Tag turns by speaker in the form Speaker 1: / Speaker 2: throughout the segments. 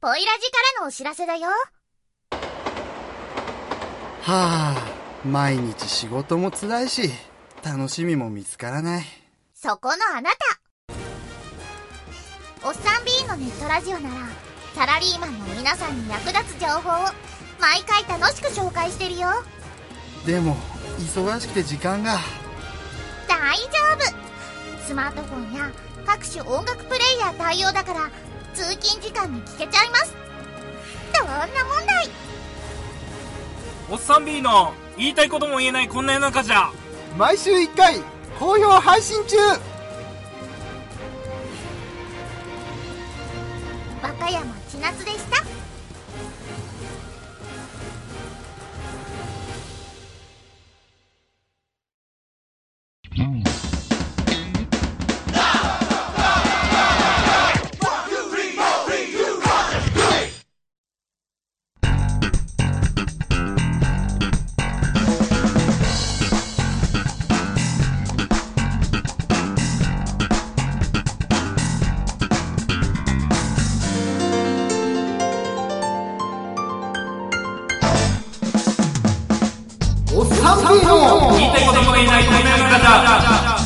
Speaker 1: ポイラジからのお知らせだよ。
Speaker 2: はあ、毎日仕事も辛いし、楽しみも見つからない。
Speaker 1: そこのあなた。おっさん B のネットラジオなら、サラリーマンの皆さんに役立つ情報を毎回楽しく紹介してるよ。
Speaker 2: でも、忙しくて時間が。
Speaker 1: 大丈夫スマートフォンや各種音楽プレイヤー対応だから通勤時間に聞けちゃいますどんな問題
Speaker 3: おっさん B の言いたいことも言えないこんな世の中じゃ
Speaker 2: 毎週1回、好評配信中
Speaker 1: 和歌山千夏でした
Speaker 2: おっさん B の
Speaker 3: 言いたいことも言えないこんな世の中じゃ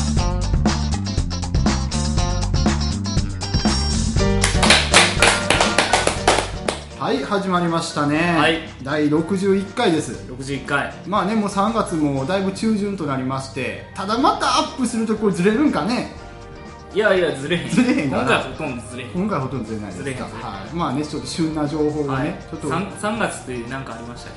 Speaker 2: はい、始まりましたね。
Speaker 3: はい
Speaker 2: 第61回です。
Speaker 3: 61回
Speaker 2: まあね、もう3月もだいぶ中旬となりまして、ただまたアップするとこれずれるんかね。
Speaker 3: いやいやずれへん
Speaker 2: ずれへんかな
Speaker 3: 今回はほとんどずれへん、
Speaker 2: 今回ほとんどずれない
Speaker 3: ずれ
Speaker 2: で
Speaker 3: へ
Speaker 2: す
Speaker 3: ん
Speaker 2: か。
Speaker 3: ずれへん
Speaker 2: はい。まあね、ちょっと旬な情報が
Speaker 3: はい
Speaker 2: ね、ちょっと。
Speaker 3: 3, 3月って何かありましたか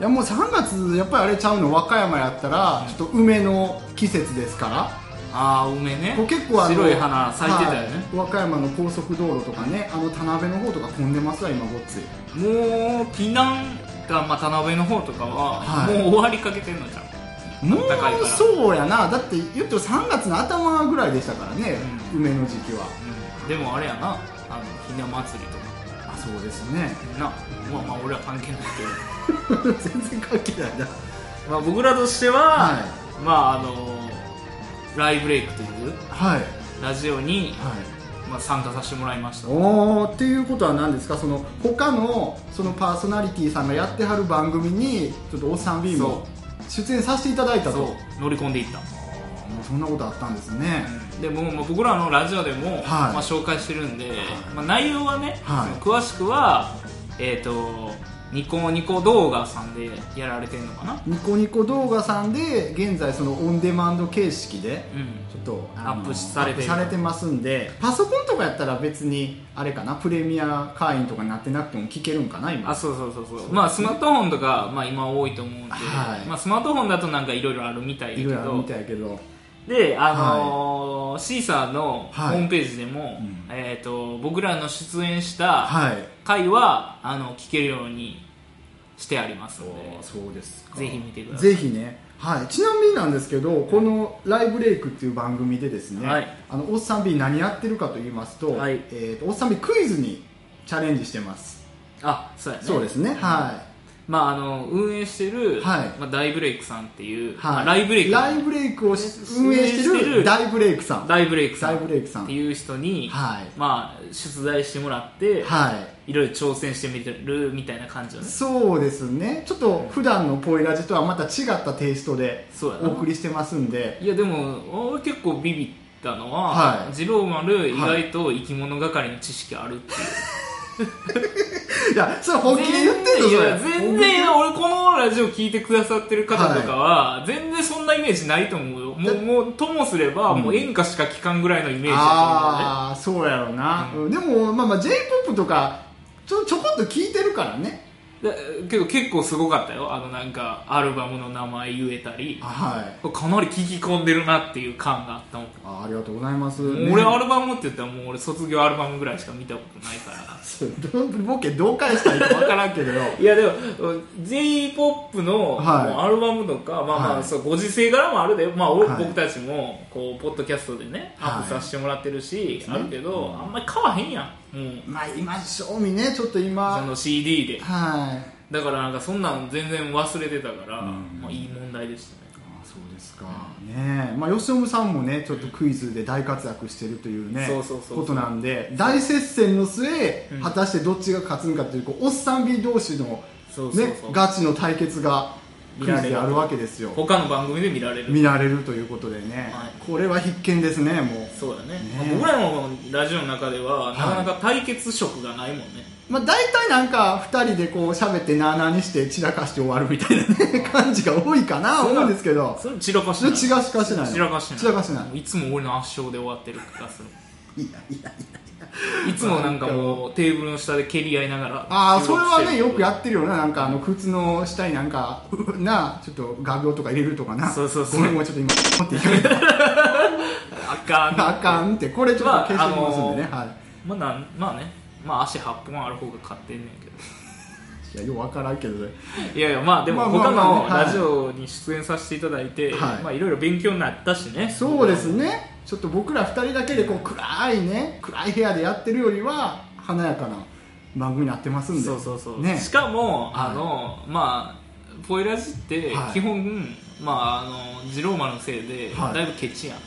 Speaker 2: いやもう3月やっぱりあれちゃうの和歌山やったらちょっと梅の季節ですから
Speaker 3: ああ梅ね
Speaker 2: こう結構あの
Speaker 3: 白い花咲いてたよね、
Speaker 2: はい和歌山の高速道路とかねあの田辺の方とか混んでますわ今ごっつい
Speaker 3: もう避難か、まあ、田辺の方とかは、
Speaker 2: はい
Speaker 3: もう終わりかけてんのじゃん
Speaker 2: もう
Speaker 3: 暖かいから
Speaker 2: そうやなだって言っても3月の頭ぐらいでしたからね、
Speaker 3: う
Speaker 2: 梅の時期は
Speaker 3: うんでもあれやなあのひな祭りとか
Speaker 2: あそうですね
Speaker 3: なまあまあ俺は関係ないけど
Speaker 2: 全然関係ないな
Speaker 3: まあ、僕らとしては、
Speaker 2: は
Speaker 3: まああのライブレイクという
Speaker 2: はい
Speaker 3: ラジオに、
Speaker 2: はい
Speaker 3: まあ、参加させてもらいました
Speaker 2: おーっていうことは何ですかその他のそのパーソナリティさんがやってはる番組にちょっとおっさん B も出演させていただいたと
Speaker 3: そ
Speaker 2: も
Speaker 3: う乗り込んでいった、
Speaker 2: うそんなことあったんですね、
Speaker 3: でも、まあ、僕らのラジオでも、まあ、紹介してるんで、まあ、内容はね、
Speaker 2: はい
Speaker 3: その詳しくはえっ、とニコニコ動画さんでやられてるのかな
Speaker 2: ニコニコ動画さんで現在そのオンデマンド形式で
Speaker 3: うん
Speaker 2: ちょっとあの
Speaker 3: アップされてる
Speaker 2: アップますんでパソコンとかやったら別にあれかなプレミア会員とかになってなくても聞けるんかな今
Speaker 3: あそうそうそうそうまあスマートフォンとか、まあ、今多いと思うんで、
Speaker 2: はい
Speaker 3: まあ、スマートフォンだとなんかいろいろあるみたいだけ
Speaker 2: いろ
Speaker 3: ど
Speaker 2: いろあるみたいやけど
Speaker 3: で、あのーシーサーのホ
Speaker 2: はい
Speaker 3: ームページでも、
Speaker 2: うん
Speaker 3: えー、と僕らの出演した
Speaker 2: はい
Speaker 3: 回は、あの聞けるようにしてありますので
Speaker 2: おーそうですか
Speaker 3: ぜひ見てください
Speaker 2: ぜひね、はい、ちなみになんですけどこの「ライブレイク」っていう番組でですね、
Speaker 3: はい
Speaker 2: あのおっさん B 何やってるかと言いますと,、
Speaker 3: はい
Speaker 2: えーとおっさん B クイズにチャレンジしてます、
Speaker 3: あそうやね
Speaker 2: そうですねは
Speaker 3: まあ、あの運営してる、
Speaker 2: はい
Speaker 3: まあ、大ブレイクさんっていう、
Speaker 2: い、
Speaker 3: ま
Speaker 2: は
Speaker 3: あ
Speaker 2: い、
Speaker 3: ライブレイク
Speaker 2: ライブレイクをし運営してる大ブレイクさん
Speaker 3: 大ブレイクさん
Speaker 2: 大ブレイクさん
Speaker 3: っていう人に、
Speaker 2: はい
Speaker 3: まあ、出題してもらって、
Speaker 2: はい
Speaker 3: い、ろいろ挑戦してみてるみたいな感じよね
Speaker 2: そうですねちょっと普段のポイラジとはまた違ったテイストで
Speaker 3: そうやな
Speaker 2: お送りしてますんで
Speaker 3: いやでも俺結構ビビったのは、
Speaker 2: はい
Speaker 3: 二郎丸意外と生き物係の知識あるっていう、
Speaker 2: いやそれ本気で言ってんの
Speaker 3: い
Speaker 2: そ
Speaker 3: や
Speaker 2: れ
Speaker 3: 全然俺このラジオ聞いてくださってる方とかは、全然そんなイメージないと思うよもうもうともすれば、もう演歌しか聞かんぐらいのイメージだ
Speaker 2: ああーそうやろうな、うんでもまあまあ j p o p とかちょちょこっと聞いてるからね
Speaker 3: と思うねでけど結構すごかったよあのなんかアルバムの名前言えたり
Speaker 2: はい
Speaker 3: かなり聞き込んでるなっていう感があったもん
Speaker 2: あーありがとうございます、ね
Speaker 3: 俺アルバムって言ったらもう俺卒業アルバムぐらいしか見たことないから
Speaker 2: そうボケ どう返したらいいか分からんけ れど
Speaker 3: いやでも j p o p の
Speaker 2: はい
Speaker 3: もうアルバムとか、まあま
Speaker 2: は
Speaker 3: あ
Speaker 2: い
Speaker 3: そうご時世柄もあるで、まあ俺
Speaker 2: はい
Speaker 3: 僕たちもこうポッドキャストでね
Speaker 2: はい
Speaker 3: アップさせてもらってるし、
Speaker 2: ね
Speaker 3: あるけど、あんまり買わへんやんもう
Speaker 2: まあ今正味ねちょっと
Speaker 3: そ
Speaker 2: 今
Speaker 3: の CD で
Speaker 2: はい
Speaker 3: だからなんかそんなん全然忘れてたから、
Speaker 2: ん
Speaker 3: まあ、いい問題でしたね
Speaker 2: あーそそうですか、ねえまあ、吉尾さんもねちょっとクイズで大活躍してるというね
Speaker 3: そうそうそうそう
Speaker 2: ことなんで大接戦の末、
Speaker 3: うん
Speaker 2: 果たしてどっちが勝つのかというこうおっさん B 同士の、ね、
Speaker 3: そうそうそう
Speaker 2: ガチの対決がクイズであるわけですよ
Speaker 3: 他の番組で見られる
Speaker 2: 見られるということでね、
Speaker 3: はい
Speaker 2: これは必見ですねも
Speaker 3: そうだね
Speaker 2: ね
Speaker 3: まあ僕らのラジオの中では、
Speaker 2: い
Speaker 3: なかなか対決色がないもんね
Speaker 2: う、まあ、大体なんか2人でこう喋ってなあなあにして散らかして終わるみたいな、ね、感じが多いかな思うんですけど
Speaker 3: それ散らかし
Speaker 2: それ
Speaker 3: ない
Speaker 2: 違うしかしてないの
Speaker 3: 散らかしてない
Speaker 2: 散らかしてない
Speaker 3: いつも俺の圧勝で終わってる気がする
Speaker 2: いやいや
Speaker 3: いつもなんかもうテーブルの下で蹴り合いながら
Speaker 2: ああそれはねよ
Speaker 3: 収録してる
Speaker 2: くやってるよななんかあの靴の下になんか なちょっと画鋲とか入れるとかな
Speaker 3: そうそうそ
Speaker 2: ご
Speaker 3: う
Speaker 2: めんごめんちょっと今持っていかれた
Speaker 3: あかん
Speaker 2: あかんってこれちょっと消してみますんでね、
Speaker 3: ま
Speaker 2: は
Speaker 3: まあなんまあねまあ足8本ある方が勝ってんねんけ
Speaker 2: いいやよう分からんけどね
Speaker 3: どいやいやまあでも
Speaker 2: まあま
Speaker 3: 他
Speaker 2: あまあ
Speaker 3: の
Speaker 2: はい
Speaker 3: ラジオに出演させていただいて、
Speaker 2: はい
Speaker 3: まあいろいろ勉強になったしね
Speaker 2: そうですねちょっと僕ら2人だけでこう暗いね暗い部屋でやってるよりは華やかな番組になってますんで
Speaker 3: そうそうそう、
Speaker 2: ね
Speaker 3: しか
Speaker 2: は
Speaker 3: も、
Speaker 2: い
Speaker 3: あのまあポイラジって
Speaker 2: はい
Speaker 3: 基本、まああのジローマのせいで、
Speaker 2: はい
Speaker 3: だいぶケチやん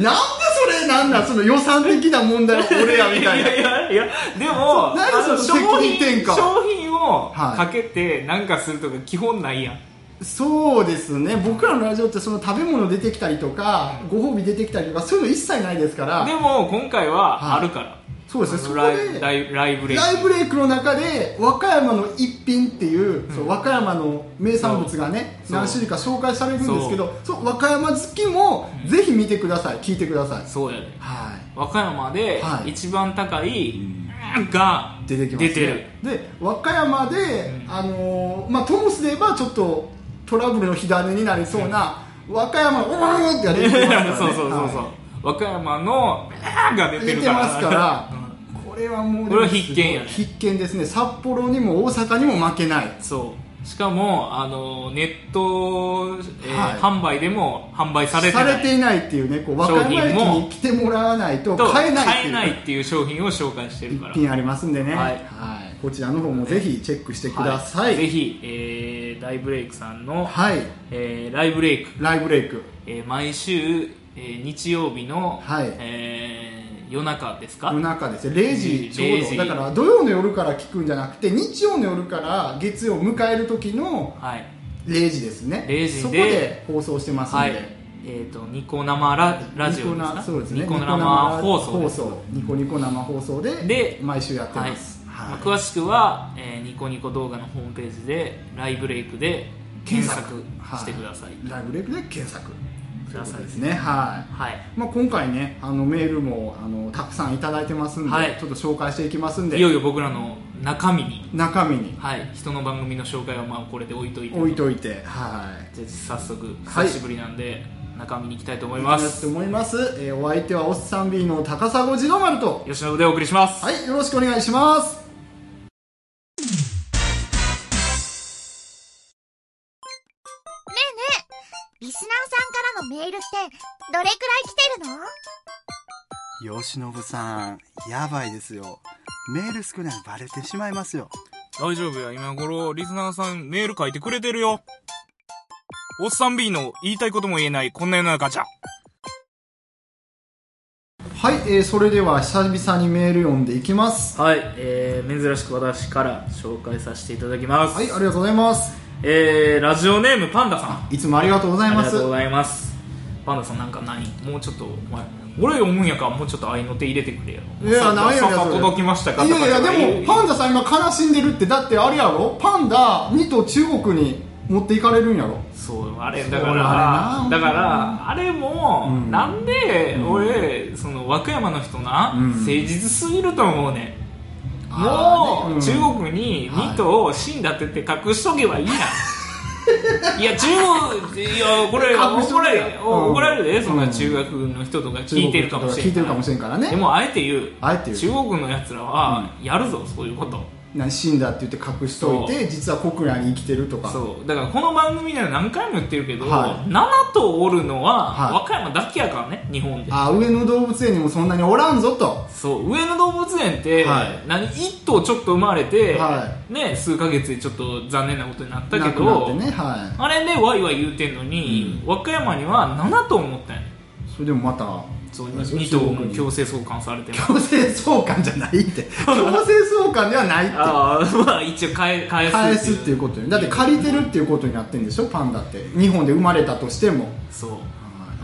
Speaker 2: なんでそれなんだその予算的な問 題は俺やみたいな
Speaker 3: やいやいやでも
Speaker 2: そう何
Speaker 3: あの
Speaker 2: その
Speaker 3: 商品
Speaker 2: 責任転嫁
Speaker 3: 商品を
Speaker 2: はい
Speaker 3: かけてなんかするとか基本ないやん、
Speaker 2: そうですね僕らのラジオってその食べ物出てきたりとかご褒美出てきたりとかそういうの一切ないですから
Speaker 3: でも今回は
Speaker 2: はい
Speaker 3: あるから、
Speaker 2: そうですねそこで
Speaker 3: ライラ
Speaker 2: ライ
Speaker 3: イライブレイ
Speaker 2: ブレイクの中で和歌山の一品っていう、そう和歌山の名産物がね
Speaker 3: そう
Speaker 2: 何種類か紹介されるんですけどそう和歌山好きもぜひ見てください聞いてください、
Speaker 3: そうやで
Speaker 2: は
Speaker 3: 和歌山で
Speaker 2: はい
Speaker 3: 一番高いが
Speaker 2: い出てきます、ね、
Speaker 3: 出てる
Speaker 2: で和歌山で、
Speaker 3: うん
Speaker 2: あのーまあ、ともすればちょっとトラブルの火種になりそうな、和歌山のおーってや
Speaker 3: そう
Speaker 2: 出てきますから、ね、
Speaker 3: そうそうそう、
Speaker 2: はい
Speaker 3: 和歌山のが出て
Speaker 2: 出
Speaker 3: る
Speaker 2: て
Speaker 3: から
Speaker 2: ますから、これはもう
Speaker 3: これは必見やね
Speaker 2: 必見ですね札幌にも大阪にも負けない
Speaker 3: そうしかもあのネット、えー
Speaker 2: はい
Speaker 3: 販売でも販売されて
Speaker 2: さ
Speaker 3: ない
Speaker 2: れていないっていうねこう和歌山駅
Speaker 3: 商品も
Speaker 2: に来てもらわないと
Speaker 3: と
Speaker 2: 買えないって
Speaker 3: 買
Speaker 2: い
Speaker 3: え
Speaker 2: う
Speaker 3: ないっていう商品を紹介してるか
Speaker 2: 一
Speaker 3: ら
Speaker 2: 品ありますんでね、
Speaker 3: は
Speaker 2: はいいこちらの方もぜひチェックしてください
Speaker 3: ぜひ、えー、ライブレイクさんの、
Speaker 2: はい、
Speaker 3: えーライブレイク、
Speaker 2: ライブレイク
Speaker 3: えー毎週、えー日曜日の、
Speaker 2: はい
Speaker 3: えー夜中ですか
Speaker 2: 夜中ですね0時ちょう
Speaker 3: 0
Speaker 2: ど
Speaker 3: 時
Speaker 2: だから土曜の夜から聞くんじゃなくて日曜の夜から月曜を迎える時の
Speaker 3: はい、
Speaker 2: 0時ですね
Speaker 3: 0時で
Speaker 2: そこで放送してますんで、
Speaker 3: はいえー、とニコ生ララジオ
Speaker 2: ニコ
Speaker 3: ですか
Speaker 2: なそうですね
Speaker 3: ニコ生放
Speaker 2: ニコ
Speaker 3: 送
Speaker 2: 生
Speaker 3: で
Speaker 2: 放
Speaker 3: す
Speaker 2: 送ニコニコ生放送で
Speaker 3: で
Speaker 2: 毎週やって
Speaker 3: はい
Speaker 2: ます、
Speaker 3: まあ、
Speaker 2: はい
Speaker 3: 詳しくは、えーニコニコ動画のホームページで「ライブレイク」で検索してください、
Speaker 2: ライブレイクで検索
Speaker 3: くださ
Speaker 2: という
Speaker 3: い
Speaker 2: ことですねはい
Speaker 3: はい
Speaker 2: まあ、今回ねあのメールもあのたくさんいただいてますんで、
Speaker 3: はい
Speaker 2: ちょっと紹介していきますんで
Speaker 3: い、よいよ僕らの中身に、
Speaker 2: 中身に
Speaker 3: はい、人の番組の紹介はまあこれで置いといて
Speaker 2: 置いといてはい
Speaker 3: じゃあ早速
Speaker 2: はい
Speaker 3: 久しぶりなんで、中身に行きたいと思いま
Speaker 2: やって
Speaker 3: す
Speaker 2: 思います、えーお相手はおっさん B の高砂次郎丸と
Speaker 3: 吉野でお送りします、
Speaker 2: はいよろしくお願いします
Speaker 1: ねえねえリスナーさんからのメールってどれくらい来てるの
Speaker 4: 吉信さんやばいですよメール少ないのバレてしまいますよ
Speaker 3: 大丈夫や今頃リスナーさんメール書いてくれてるよおっさん B の言いたいことも言えないこんな世の中じゃ
Speaker 2: はい、えーそれでは久々にメール読んでいきます
Speaker 3: はい、えー、珍しく私から紹介させていただきます、
Speaker 2: はいありがとうございます
Speaker 3: えー、ラジオネームパンダさん
Speaker 2: いつもありがとうございま
Speaker 3: ありがと
Speaker 2: す
Speaker 3: うございますパンダさんなんか何もうちょっとお前俺読むんやからもうちょっと合いの手入れてくれよ
Speaker 2: いや何やねん
Speaker 3: さ
Speaker 2: それ
Speaker 3: 届きましたか
Speaker 2: いやいや
Speaker 3: とか
Speaker 2: でもパンダさん今悲しんでるってだってあれやろパンダ2と中国に持っていかれるんやろ
Speaker 3: そうあれだか
Speaker 2: そう
Speaker 3: ら
Speaker 2: あれな
Speaker 3: だからあれも、
Speaker 2: うん
Speaker 3: なんで俺、その和歌山の人な、
Speaker 2: うん
Speaker 3: 誠実すぎると思うねん
Speaker 2: あー
Speaker 3: もう、
Speaker 2: ねうん
Speaker 3: 中国に
Speaker 2: はい
Speaker 3: 2頭を死んだって言って隠しとけばいいやんいや中国いやこれ
Speaker 2: 隠し
Speaker 3: 怒
Speaker 2: と
Speaker 3: ら
Speaker 2: け
Speaker 3: れ
Speaker 2: や
Speaker 3: る怒られるでそんな
Speaker 2: うん
Speaker 3: 中学の人とか聞いてるかもしれん
Speaker 2: 聞いてるかもしれんからね
Speaker 3: でもあえて言う
Speaker 2: あえて言う
Speaker 3: 中国のやつらはやるぞ、そういうこと
Speaker 2: 何死んだって言って隠しといて実は国内に生きてるとか
Speaker 3: そうだからこの番組では何回も言ってるけど、
Speaker 2: は
Speaker 3: 7頭おるのは
Speaker 2: はい
Speaker 3: 和歌山だけやからね日本で
Speaker 2: あ上野動物園にもそんなにおらんぞと
Speaker 3: そう上野動物園って、
Speaker 2: はい
Speaker 3: 何1頭ちょっと生まれて、
Speaker 2: は
Speaker 3: ね、数ヶ月でちょっと残念なことになったけ
Speaker 2: なくなっ
Speaker 3: ど、
Speaker 2: てねはい
Speaker 3: あれでワイワイ言うてんのに、和歌山には7頭思ったんやね
Speaker 2: それでもまた
Speaker 3: そう
Speaker 2: 今
Speaker 3: 2頭も強制送還されてます
Speaker 2: 強制送還じゃないって強制送還ではないって
Speaker 3: ああまあ一応返返す
Speaker 2: 返すっていうことよだって借りてるっていうことになってんでしょパンダって日本で生まれたとしても
Speaker 3: そう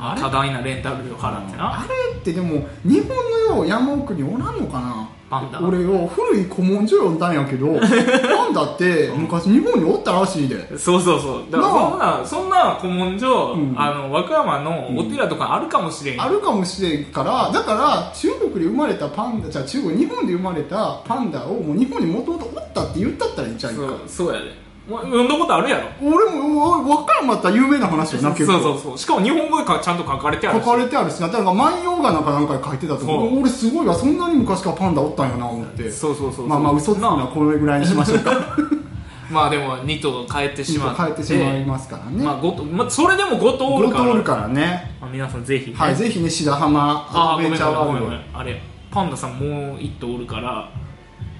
Speaker 2: あれ
Speaker 3: 多大なレンタル料払ってな
Speaker 2: あれってでも日本のよう山奥におらんのかな
Speaker 3: パンダ
Speaker 2: 俺よ古い古文書読んだんやけ どパンダって昔日本におったらしいで
Speaker 3: そうそうそうだからそんなそんな古文書、
Speaker 2: うん
Speaker 3: あの和歌山のお寺とかあるかもしれんよ、
Speaker 2: あるかもしれんからだから中国で生まれたパンダじゃあ中国日本で生まれたパンダをもう日本にもともとおったって言ったったらいいんちゃうか
Speaker 3: そうそうやでもう読んだことあるやろ
Speaker 2: 俺も分からんまた有名な話よな
Speaker 3: そ
Speaker 2: 結
Speaker 3: う
Speaker 2: 構
Speaker 3: そうそうしかも日本語でかちゃんと書かれてある
Speaker 2: 書
Speaker 3: し
Speaker 2: かれてあるしなだから万葉画なんかなんかに書いてたと思
Speaker 3: そう
Speaker 2: 俺すごいわそんなに昔からパンダおったんやな思って
Speaker 3: そうそうそうそう
Speaker 2: まあまあ嘘つくのはこれぐらいにしましょう か
Speaker 3: まあでも2頭帰ってしまって
Speaker 2: 変えてしまいますからね、
Speaker 3: まあ、5頭まあ、それでも5頭お
Speaker 2: ゴ
Speaker 3: る
Speaker 2: ー
Speaker 3: から
Speaker 2: トおるからね
Speaker 3: まあ、皆さんぜひね、
Speaker 2: はいぜひね白浜
Speaker 3: ああ
Speaker 2: ア
Speaker 3: ご
Speaker 2: ド
Speaker 3: めん
Speaker 2: ベン
Speaker 3: ごめ
Speaker 2: チ
Speaker 3: ん
Speaker 2: ャーワ
Speaker 3: ごめん
Speaker 2: ー
Speaker 3: ごめ
Speaker 2: ル
Speaker 3: んあれパンダさんもう1頭おるから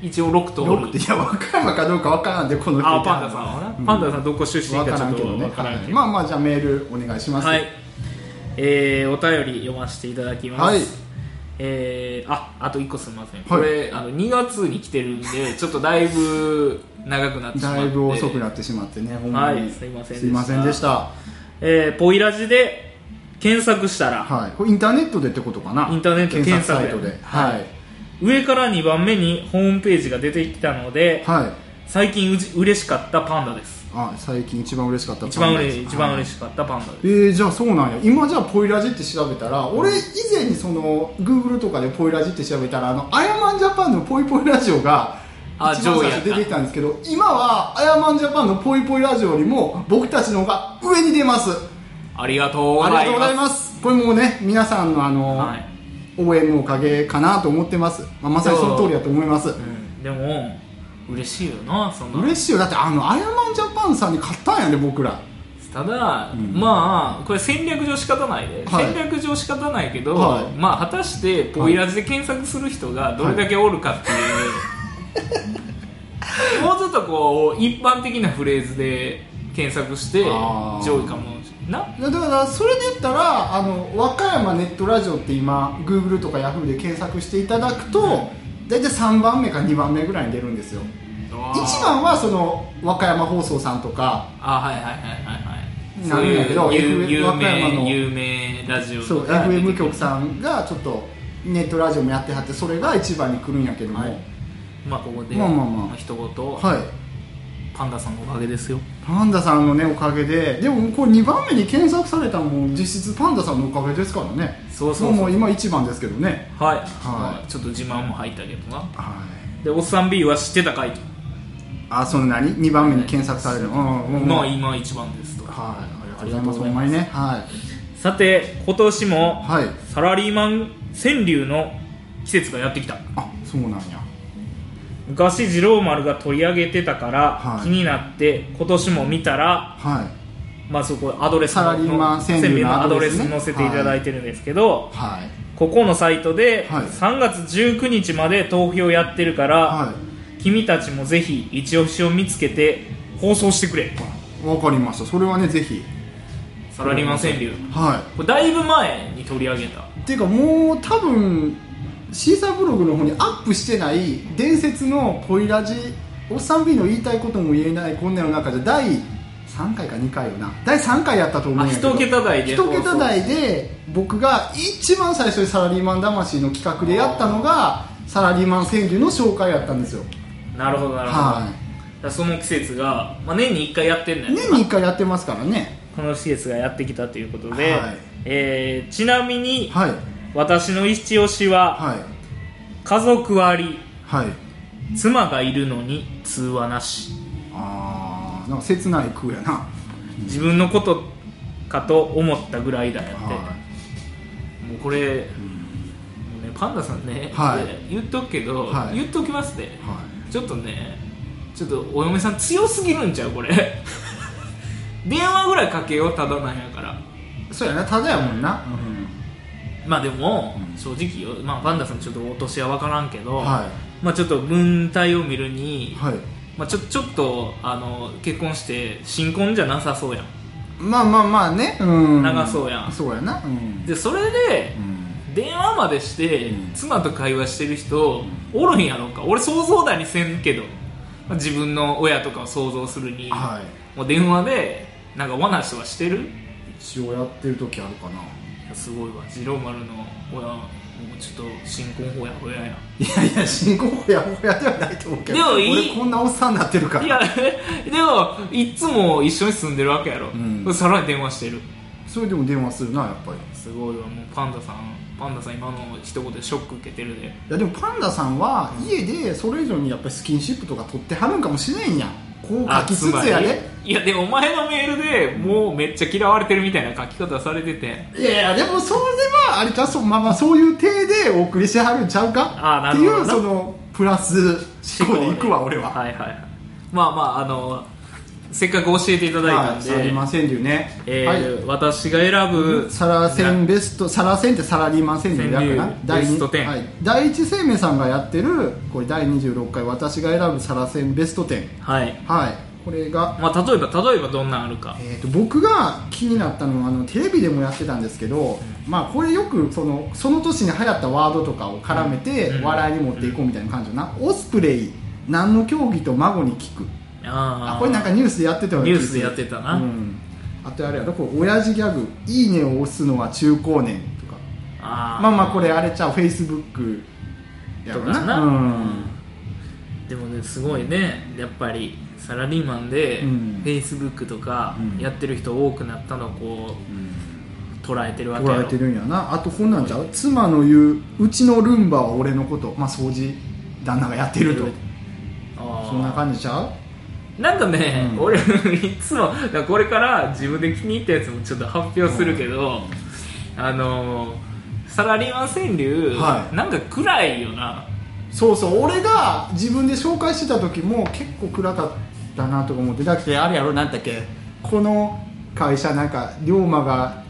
Speaker 3: 一応6
Speaker 2: ド
Speaker 3: 頭お
Speaker 2: よ
Speaker 3: る
Speaker 2: くていや分からんのかどうか分からんでこの
Speaker 3: ああパンダさん
Speaker 2: は
Speaker 3: はな、パンダさんどこ出身
Speaker 2: 分か
Speaker 3: かちょ
Speaker 2: ら
Speaker 3: っ
Speaker 2: ん
Speaker 3: と
Speaker 2: けどね
Speaker 3: 分からんけど、
Speaker 2: はいまあまあじゃあメールお願いします
Speaker 3: はい、えー、お便り読ませていただきます、
Speaker 2: はい
Speaker 3: えー、ああと1個すみません、
Speaker 2: い
Speaker 3: これあの2月に来てるん でちょっとだいぶ長くなってしまって
Speaker 2: だいぶ遅くなってしまってねほんまに、
Speaker 3: はいすいませんでした
Speaker 2: すいませんでした
Speaker 3: えー、ポイラジで検索したら、
Speaker 2: はいこれインターネットでってことかな
Speaker 3: インターネット
Speaker 2: 検索サイト
Speaker 3: 検
Speaker 2: で
Speaker 3: 索で
Speaker 2: はい
Speaker 3: 上から2番目にホームページが出てきたので、
Speaker 2: はい
Speaker 3: 最近うじ嬉しかったパンダです
Speaker 2: あ最近一番嬉しかった
Speaker 3: 一番
Speaker 2: パンダ
Speaker 3: 嬉
Speaker 2: です
Speaker 3: し一番
Speaker 2: はい
Speaker 3: 嬉しかったパンダです、
Speaker 2: えー、じゃあそうなんや今じゃあポイラジって調べたら俺以前にその Google とかでポイラジって調べたらあのアヤマンジャパンのポイポイラジオが
Speaker 3: あ
Speaker 2: 一番
Speaker 3: 上位
Speaker 2: 最
Speaker 3: やった
Speaker 2: 初出てきたんですけど今はアヤマンジャパンのポイポイラジオよりも僕たちの方が上に出ます
Speaker 3: ありがとうご
Speaker 2: あり
Speaker 3: ざ
Speaker 2: が
Speaker 3: い
Speaker 2: とうご
Speaker 3: ま
Speaker 2: ざ
Speaker 3: す
Speaker 2: いますこれもね皆さんのあの、
Speaker 3: はい
Speaker 2: 応援のおかげかなと思ってます、まあ、まさにその通りだと思います、
Speaker 3: うんでも嬉しいよなそんな
Speaker 2: 嬉しいよだってあのアヤマンジャパンさんに勝ったんやね僕ら
Speaker 3: ただ、まあこれ戦略上仕方ないで、
Speaker 2: はい
Speaker 3: 戦略上仕方ないけど、
Speaker 2: はい
Speaker 3: まあ果たしてポイラジで検索する人がどれだけおるかって いう、もうちょっとこう一般的なフレーズで検索して
Speaker 2: あー
Speaker 3: 上位かもしれない
Speaker 2: いやだからそれで言ったらあの和歌山ネットラジオって今 Google とか Yahoo で検索していただくと、大体3番目か2番目ぐらいに出るんですよ
Speaker 3: な
Speaker 2: 1番はその和歌山放送さんとか
Speaker 3: あはいはいはいはいはい
Speaker 2: な
Speaker 3: そうんい
Speaker 2: だけど
Speaker 3: う有
Speaker 2: F-
Speaker 3: 有
Speaker 2: 和歌山の
Speaker 3: 名有名ラジオ
Speaker 2: そう FM 局さんがちょっとネットラジオもやってはってそれが1番に来るんやけども、
Speaker 3: は
Speaker 2: はいい
Speaker 3: まあここで、
Speaker 2: まあまあまあ
Speaker 3: 一言、パンダさんのおかげですよ
Speaker 2: パンダさんのねおかげででもこれ2番目に検索されたのも実質パンダさんのおかげですからね
Speaker 3: そうそうそう
Speaker 2: もう今1番ですけどね
Speaker 3: はい、
Speaker 2: は
Speaker 3: ちょっと自慢も入ったけどな
Speaker 2: はい
Speaker 3: でおっさん B は知ってたかいと
Speaker 2: あその何2番目に検索される、うんうんうん
Speaker 3: まあ
Speaker 2: はい
Speaker 3: 今一番ですと
Speaker 2: ありがとうございますほんまにねはい、
Speaker 3: さて今年も
Speaker 2: はい、
Speaker 3: サラリーマン川柳の季節がやってきた
Speaker 2: あそうなんや
Speaker 3: 昔二郎丸が取り上げてたから
Speaker 2: はい
Speaker 3: 気になって今年も見たら
Speaker 2: はい
Speaker 3: まあそこアドレスの
Speaker 2: サラリーマン川柳の
Speaker 3: の
Speaker 2: ア
Speaker 3: ア
Speaker 2: ド
Speaker 3: ド
Speaker 2: レ
Speaker 3: レ
Speaker 2: ス
Speaker 3: ス
Speaker 2: ね
Speaker 3: 載せていただいてるんですけど
Speaker 2: はい
Speaker 3: ここのサイトで
Speaker 2: はい
Speaker 3: 3月19日まで投票やってるから
Speaker 2: はい
Speaker 3: 君たちもぜひ一押しを見つけて放送してくれ
Speaker 2: わかりましたそれはねぜひ
Speaker 3: サラリーマン川柳
Speaker 2: は
Speaker 3: これだいぶ前に取り上げた
Speaker 2: いっていうかもう多分シーサーブログの方にアップしてない伝説のポイラジおっさん B の言いたいことも言えないこんなの中で第3回か2回よな第3回やったと思う
Speaker 3: あ
Speaker 2: んやけど
Speaker 3: 一桁台で
Speaker 2: 一桁台で僕が一番最初にサラリーマン魂の企画でやったのがサラリーマン川柳の紹介やったんですよ
Speaker 3: なるほどなるほど、だか
Speaker 2: は
Speaker 3: らその季節が、まあ、年に1回やってんだ
Speaker 2: い
Speaker 3: よ
Speaker 2: 年に1回やってますからね
Speaker 3: この季節がやってきたということで、
Speaker 2: はい
Speaker 3: えーちなみに
Speaker 2: はい
Speaker 3: 私の一押しは
Speaker 2: はい
Speaker 3: 家族あり
Speaker 2: はい
Speaker 3: 妻がいるのに通話なし
Speaker 2: あーなんか切ない句やな
Speaker 3: 自分のことかと思ったぐらいだよって、
Speaker 2: は
Speaker 3: もうこれ、もうね、パンダさんね、
Speaker 2: はい
Speaker 3: で言っとくけど、
Speaker 2: はい
Speaker 3: 言っときますね
Speaker 2: い、はい
Speaker 3: ちょっとねちょっとお嫁さん強すぎるんちゃうこれ 電話ぐらいかけようただなんやから
Speaker 2: そうやなただやもんな、
Speaker 3: まあでも、
Speaker 2: うん
Speaker 3: 正直よ、まあ、パンダさんちょっとお年は分からんけど、
Speaker 2: は
Speaker 3: まあ、ちょっと文体を見る
Speaker 2: い
Speaker 3: に、
Speaker 2: はい
Speaker 3: まあ、ちょちょっとあの結婚して新婚じゃなさそうやん
Speaker 2: まあまあまあねうん
Speaker 3: 長そうやん
Speaker 2: そうやなうん
Speaker 3: でそれで
Speaker 2: うん
Speaker 3: 電話までして
Speaker 2: うん
Speaker 3: 妻と会話してる人おるんやろうか俺想像だにせんけどまあ自分の親とかを想像するに、
Speaker 2: はい
Speaker 3: もう電話でなんか罠とかしてる
Speaker 2: 一応やってる時あるかな
Speaker 3: すごいわ次郎丸の親もうちょっと新婚ほやほやや
Speaker 2: いやいや新婚ほやほやではないと思うけど
Speaker 3: でもいい
Speaker 2: 俺こんなおっさんになってるから
Speaker 3: いや でもいっつも一緒に住んでるわけやろ、
Speaker 2: うん
Speaker 3: さらに電話してる
Speaker 2: それでも電話するなやっぱり
Speaker 3: すごいわもうパンダさんパンダさん今の一言でショック受けてるで
Speaker 2: いやでもパンダさんは家でそれ以上にやっぱりスキンシップとか取ってはるんかもしれんやんこう書きつつやで
Speaker 3: いやでもお前のメールでもうめっちゃ嫌われてるみたいな書き方されてて
Speaker 2: いやいやでもそれはあれかそう,、まあ、まあそういう体でお送りしてはるんちゃうか
Speaker 3: あーなるほどな
Speaker 2: っていうそのプラス思考でいくわ俺は、
Speaker 3: はいはいはいまあまああのせっかく教えていただいた
Speaker 2: は
Speaker 3: んで、
Speaker 2: い、サラリーマン川柳ね、
Speaker 3: えー
Speaker 2: はい
Speaker 3: 私が選ぶ
Speaker 2: サラセンベストサラセンってサラリーマン川柳だから
Speaker 3: 川
Speaker 2: 第
Speaker 3: 柳ベス
Speaker 2: 二
Speaker 3: ト10
Speaker 2: はい、第一生命さんがやってるこれ第26回私が選ぶサラセンベスト10
Speaker 3: はい、
Speaker 2: はいこれが、
Speaker 3: まあ、例えば例えばどんなんあるか
Speaker 2: えー、と僕が気になったのはあのテレビでもやってたんですけど、まあ、これよくそのその年に流行ったワードとかを絡めて
Speaker 3: うん
Speaker 2: 笑いに持っていこうみたいな感じよな、オスプレイ何の競技と孫に聞く
Speaker 3: あ
Speaker 2: あ
Speaker 3: ー
Speaker 2: これなんかニュースでやってたよね
Speaker 3: ニュースでやってたな
Speaker 2: うん、あとあれやろこう親父ギャグ「いいね」を押すのは中高年とか
Speaker 3: あー
Speaker 2: まあまあこれあれちゃうフェイスブックやろ
Speaker 3: とかな
Speaker 2: うん
Speaker 3: でもねすごいねやっぱりサラリーマンで
Speaker 2: う
Speaker 3: フ
Speaker 2: ん
Speaker 3: ェイスブックとか
Speaker 2: うん
Speaker 3: やってる人多くなったのをこう捉えてるわけ
Speaker 2: 取ら
Speaker 3: やろ
Speaker 2: れてるんやなあとこんなんちゃう妻の言う「うちのルンバは俺のこと」まあ掃除旦那がやってると
Speaker 3: あー
Speaker 2: そんな感じちゃう
Speaker 3: なんかね、
Speaker 2: うん
Speaker 3: 俺いつもだからこれから自分で気に入ったやつもちょっと発表するけど、あのーサラリーマン川柳、
Speaker 2: はい
Speaker 3: なんか暗いよな
Speaker 2: そうそう俺が自分で紹介してた時も結構暗かったなとか思ってだってあれやろなんだっけこの会社なんか龍馬が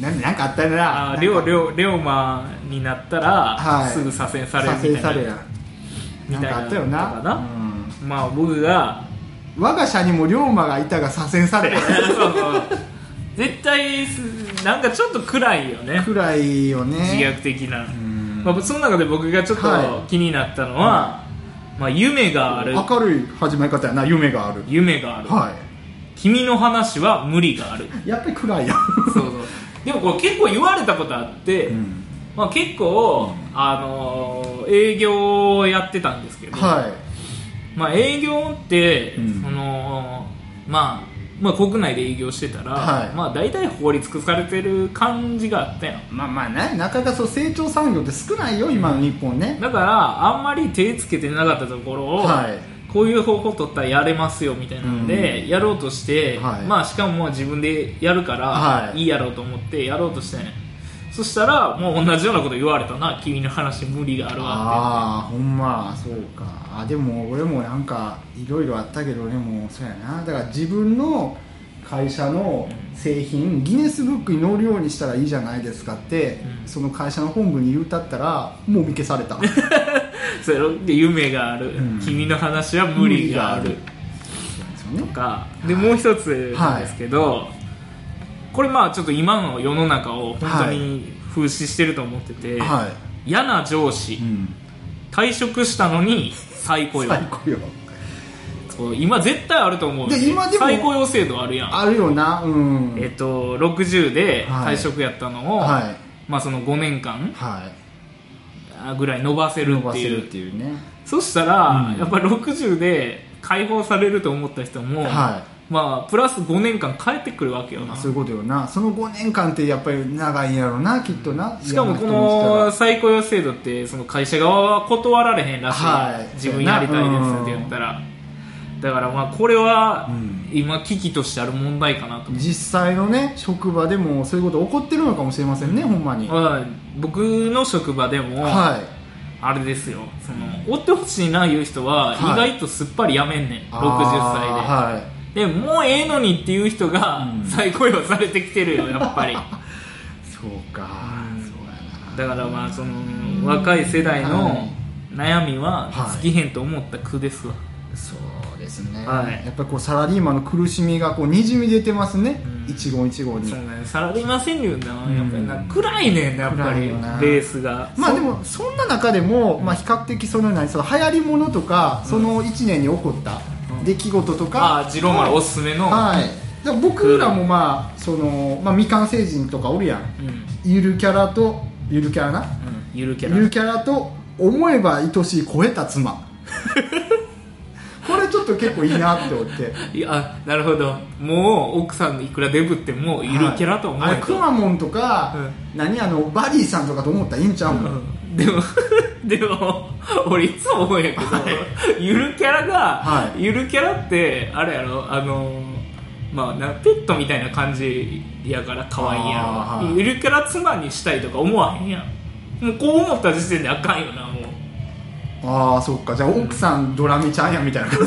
Speaker 2: なんなんかあったよな
Speaker 3: あ
Speaker 2: なん
Speaker 3: ー
Speaker 2: か
Speaker 3: 龍龍龍馬になったら、
Speaker 2: はい
Speaker 3: すぐ左遷され
Speaker 2: 左
Speaker 3: る
Speaker 2: 遷さ
Speaker 3: みたいな
Speaker 2: れや
Speaker 3: み
Speaker 2: なん
Speaker 3: たいな
Speaker 2: かあったよな
Speaker 3: とかなまあ僕が
Speaker 2: うん我が社にも龍馬がいたが左遷され
Speaker 3: そうそう 絶対すなんかちょっと暗いよね
Speaker 2: くらいよ
Speaker 3: 自
Speaker 2: ね
Speaker 3: 虐的な、
Speaker 2: ん
Speaker 3: まあ、その中で僕がちょっと
Speaker 2: は
Speaker 3: 気になったのは、まあ、夢がある
Speaker 2: 明るい始まり方やな夢がある
Speaker 3: 夢がある、
Speaker 2: は
Speaker 3: 君の話は無理 がある
Speaker 2: いやっぱり暗いや
Speaker 3: そうそうでもこれ結構言われたことあって、
Speaker 2: ん
Speaker 3: まあ、結構、あのー営業をやってたんですけど、
Speaker 2: は
Speaker 3: まあ、営業って、
Speaker 2: うん
Speaker 3: そのまあまあ、国内で営業してたら、
Speaker 2: はい
Speaker 3: まあ、大体法律尽くされてる感じがあったよ
Speaker 2: いまあまあねなかなかそう成長産業って少ないよ今の日本ね
Speaker 3: だからあんまり手つけてなかったところを、
Speaker 2: はい
Speaker 3: こういう方法取ったらやれますよみたいなので、やろうとして、
Speaker 2: はい
Speaker 3: まあしかも自分でやるから、
Speaker 2: はい
Speaker 3: い、いやろうと思ってやろうとしてんそしたらもう同じようなこと言われたな君の話無理があるわっ
Speaker 2: ああほんまそうかあでも俺もなんかいろいろあったけどでもそうやなだから自分の会社の製品ギネスブックに載るようにしたらいいじゃないですかって、
Speaker 3: うん
Speaker 2: その会社の本部に言うたったらもう見消された
Speaker 3: てそれで夢がある、
Speaker 2: うん
Speaker 3: 君の話は無理がある
Speaker 2: 無理がそう ですよね
Speaker 3: とかでもう一つなんですけど、これまあちょっと今の世の中を本当に風刺してると思ってて、
Speaker 2: は
Speaker 3: 嫌な上司、
Speaker 2: い、うん、
Speaker 3: 退職したのに再雇用
Speaker 2: 最高よ
Speaker 3: そう今絶対あると思う
Speaker 2: で今でも
Speaker 3: 再雇用制度あるやん
Speaker 2: あるよなうん
Speaker 3: えっと60で
Speaker 2: はい
Speaker 3: 退職やったのを、
Speaker 2: はい
Speaker 3: まあ、その5年間
Speaker 2: はい
Speaker 3: あぐらい伸ばせる
Speaker 2: 伸
Speaker 3: っ
Speaker 2: ば
Speaker 3: て
Speaker 2: せ
Speaker 3: いう
Speaker 2: るっていうね
Speaker 3: そしたら、
Speaker 2: うん
Speaker 3: やっぱ60で解放されると思った人も、
Speaker 2: は
Speaker 3: まあプラス5年間帰ってくるわけよ
Speaker 2: ま
Speaker 3: な
Speaker 2: あ、そう
Speaker 3: し
Speaker 2: いうことよなその5年間ってやっぱり長いんやろなきっとな
Speaker 3: かもこ
Speaker 2: 嫌な人にしたら
Speaker 3: の再雇用制度ってその会社側は断られへんらしい、
Speaker 2: はい
Speaker 3: 自分やりたいですって言ったら、だからまあこれは
Speaker 2: うん
Speaker 3: 今危機としてある問題かなと
Speaker 2: 実際のね職場でもそういうこと起こってるのかもしれませんねほんまには
Speaker 3: まあ僕の職場でも、
Speaker 2: い
Speaker 3: あれですよその追ってほしいないう人は意
Speaker 2: はい
Speaker 3: 外とすっぱりやめんねん、60歳
Speaker 2: あーはい
Speaker 3: で、でもうええのにっていう人が
Speaker 2: うん
Speaker 3: 再雇用されてきてるよやっ ぱりだ
Speaker 2: そうか
Speaker 3: うん
Speaker 2: そうやな
Speaker 3: からまあその若い世代の悩みは
Speaker 2: はい
Speaker 3: 尽きへんと思った句ですわ、
Speaker 2: そうですね、
Speaker 3: はい
Speaker 2: やっぱりこうサラリーマンの苦しみがこうにじみ出てますね、
Speaker 3: うん
Speaker 2: 一言一言に
Speaker 3: そうねサラリーマン川柳なやっぱりな、
Speaker 2: うん
Speaker 3: 暗いねんなやっぱ
Speaker 2: 暗
Speaker 3: り
Speaker 2: いよな
Speaker 3: ベースが
Speaker 2: まあでもそんな中でも、まあ、比較的そのようなその流行りものとか、その1年に起こった出来事とか、
Speaker 3: あジローマルおすすめの、
Speaker 2: はいでも僕らもまあその、まあ、未完成人とかおるやん
Speaker 3: うんうん、
Speaker 2: ゆるキャラとゆるキャラな
Speaker 3: ゆるキャラ
Speaker 2: ゆるキャラと思えば愛しい超えた 妻これちょっと結構いいなって思って
Speaker 3: いやなるほどもう奥さんいくらデブっても ゆるキャラと思
Speaker 2: はいあ
Speaker 3: え
Speaker 2: れ
Speaker 3: と、
Speaker 2: くまモンとか、何あのバディさんとかと思ったらいいんちゃうもん、
Speaker 3: うんでも でも俺いつも思うんやけど、ゆるキャラが、
Speaker 2: はい
Speaker 3: ゆるキャラってあれやろあのまあなペットみたいな感じやから可愛いやろ、
Speaker 2: あーはい
Speaker 3: ゆるキャラ妻にしたいとか思わへんやんもうこう思った時点であかんよなもう
Speaker 2: ああそっかじゃあ奥さんドラミちゃんやみたいな感じ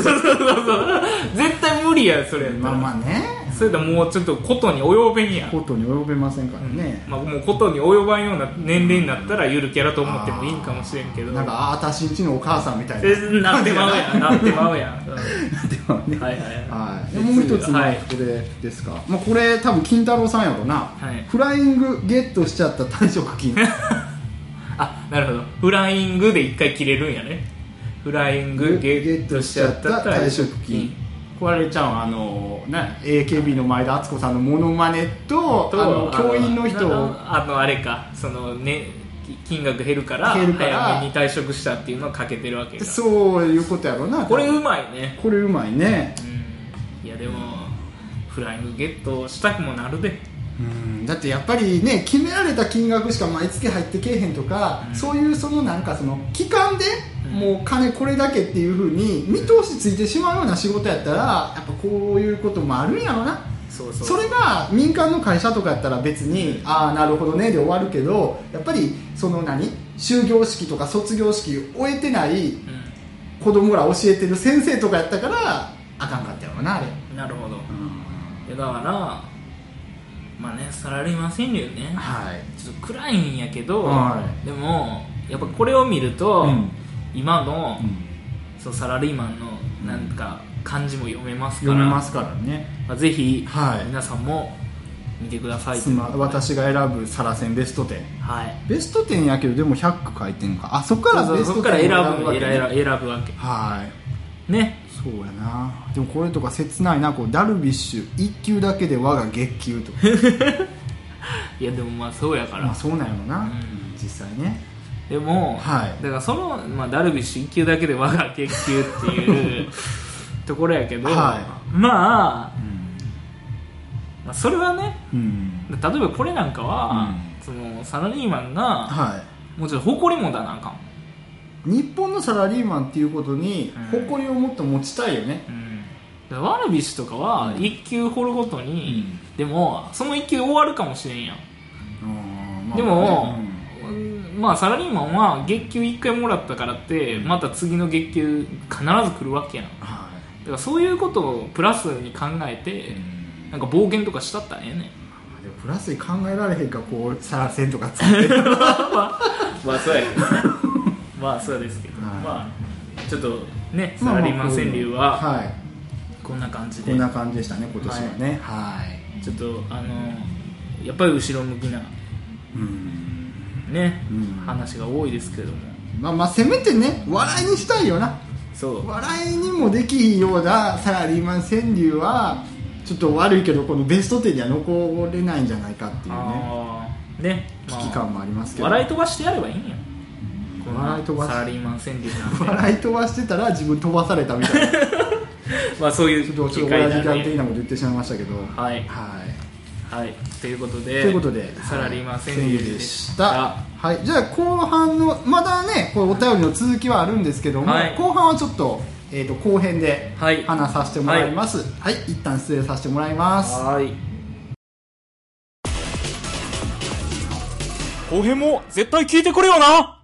Speaker 3: 絶対無理やそれやった
Speaker 2: ま
Speaker 3: ら
Speaker 2: あまあね
Speaker 3: それだもうちょっとことに及べんやん
Speaker 2: ことに及べませんからね、
Speaker 3: まあ、もうことに及ばんような年齢になったらゆるキャラと思ってもいいんかもしれんけど
Speaker 2: なんかああ私んちのお母さんみたい な
Speaker 3: えなってまうやんなってまうやん、
Speaker 2: ではね
Speaker 3: はいはい
Speaker 2: はい、
Speaker 3: で
Speaker 2: でもう一つの
Speaker 3: はい
Speaker 2: これですか、まあ、これ多分金太郎さんやろな、
Speaker 3: はい
Speaker 2: フライングゲットしちゃった退職金
Speaker 3: あなるほどフライングで一回切れるんやねフライングゲットしちゃった退職金
Speaker 2: これちゃんあのね AKB の前田敦子さんのモノマネとあの教員の人を
Speaker 3: あのあれかそのね金額減るから
Speaker 2: 減るから
Speaker 3: 早めに退職したっていうのはかけてるわけだ
Speaker 2: そういうことやろな
Speaker 3: これうまいね
Speaker 2: これうまいね
Speaker 3: うんいやでもフライングゲットしたくもなるで
Speaker 2: うんだってやっぱりね決められた金額しか毎月入ってけえへんとか、
Speaker 3: うん
Speaker 2: そういうそのなんかその期間で
Speaker 3: うん
Speaker 2: もう金これだけっていうふうに見通しついてしまうような仕事やったらやっぱこういうこともあるんやろな
Speaker 3: そう
Speaker 2: それが民間の会社とかやったら別に、ああなるほどねで終わるけどやっぱりその何終業式とか卒業式を終えてない子供ら教えてる先生とかやったからあかんかったやろなあれ、
Speaker 3: うん、なるほど
Speaker 2: うん
Speaker 3: いやだからまあねサラリーマン川柳ね
Speaker 2: はい
Speaker 3: ちょっと暗いんやけど、
Speaker 2: は
Speaker 3: でもやっぱこれを見ると、
Speaker 2: うん
Speaker 3: 今の,、
Speaker 2: うん
Speaker 3: そうサラリーマンのなんか漢字も読めますから
Speaker 2: 読めますからね
Speaker 3: まあ、ぜひ、
Speaker 2: はい
Speaker 3: 皆さんも見てください
Speaker 2: 妻私が選ぶサラセンベスト10
Speaker 3: はい
Speaker 2: ベスト10やけどでも100句書いてんのかあそっから
Speaker 3: そうそ
Speaker 2: ベ
Speaker 3: う
Speaker 2: ス
Speaker 3: そ
Speaker 2: ト
Speaker 3: こ
Speaker 2: 10
Speaker 3: から選ぶ
Speaker 2: わけね
Speaker 3: 選ぶ選ぶわ
Speaker 2: はい
Speaker 3: けね
Speaker 2: そうやなでもこれとか切ないなこうダルビッシュ1球だけで我が月給とか
Speaker 3: いやでもまあそうやから、
Speaker 2: まあそうなんやろな、
Speaker 3: ん
Speaker 2: 実際ね
Speaker 3: でも、
Speaker 2: はい
Speaker 3: だからその、まあ、ダルビッシュ1球だけで我が月給っていう ところやけど、
Speaker 2: は
Speaker 3: まあ、
Speaker 2: ん
Speaker 3: まあそれはね
Speaker 2: うん
Speaker 3: 例えばこれなんかは、そのサラリーマンが
Speaker 2: は
Speaker 3: もうちょっと誇りもだなあかん、
Speaker 2: い日本のサラリーマンっていうことに
Speaker 3: うん
Speaker 2: 誇りをもっと持ちたいよね、
Speaker 3: うん、だからワルビッシュとかは
Speaker 2: うん
Speaker 3: 1球掘るごとに、でもその1球終わるかもしれんやん
Speaker 2: うんまあ
Speaker 3: で
Speaker 2: ね
Speaker 3: もうんまあサラリーマンは月給1回もらったからってまた次の月給必ず来るわけやんだ
Speaker 2: うんは
Speaker 3: からそういうことをプラスに考え
Speaker 2: い、
Speaker 3: て
Speaker 2: う、ん
Speaker 3: なんか冒険とかしたったらええねん
Speaker 2: でもプラスに考えられへんかこうサラセンとか作って
Speaker 3: まあそう やけどまあそうですけど、
Speaker 2: はい
Speaker 3: まあちょっとねサラリーマン川柳は
Speaker 2: はい
Speaker 3: こんな感じ
Speaker 2: こ
Speaker 3: で、
Speaker 2: んな感じでしたね今年はねはい
Speaker 3: ちょっとあのやっぱり後ろ向きな
Speaker 2: うん
Speaker 3: ね、
Speaker 2: うん
Speaker 3: 話が多いですけども
Speaker 2: まあまあせめてね笑いにしたいよな
Speaker 3: そう
Speaker 2: 笑いにもできひんようなサラリーマン川柳はちょっと悪いけどこのベスト10には残れないんじゃないかっていうね
Speaker 3: あーね
Speaker 2: 危機感もありますけど
Speaker 3: 笑い飛ばしてやればいいんやこんな
Speaker 2: 笑い飛ばす
Speaker 3: サラリーマン川柳なんて
Speaker 2: 笑い飛ばしてたら自分飛ばされたみたいな
Speaker 3: まあそういう
Speaker 2: ちょっとちょっ
Speaker 3: 機
Speaker 2: と
Speaker 3: 会
Speaker 2: 親父
Speaker 3: だ
Speaker 2: 感的
Speaker 3: ね
Speaker 2: なこと言ってしまいましたけどは
Speaker 3: はいはいということで
Speaker 2: ということで
Speaker 3: サラリーマン川
Speaker 2: 川
Speaker 3: 柳
Speaker 2: 柳
Speaker 3: で
Speaker 2: で
Speaker 3: し
Speaker 2: したたはいじゃあ後半のまだねこれお便りの続きはあるんですけども、
Speaker 3: はい
Speaker 2: 後半はちょっと,、えー、と後編で
Speaker 3: はい
Speaker 2: 話させてもらいますはい、一旦失礼させてもらいます
Speaker 3: はい後編も絶対聞いてくれよな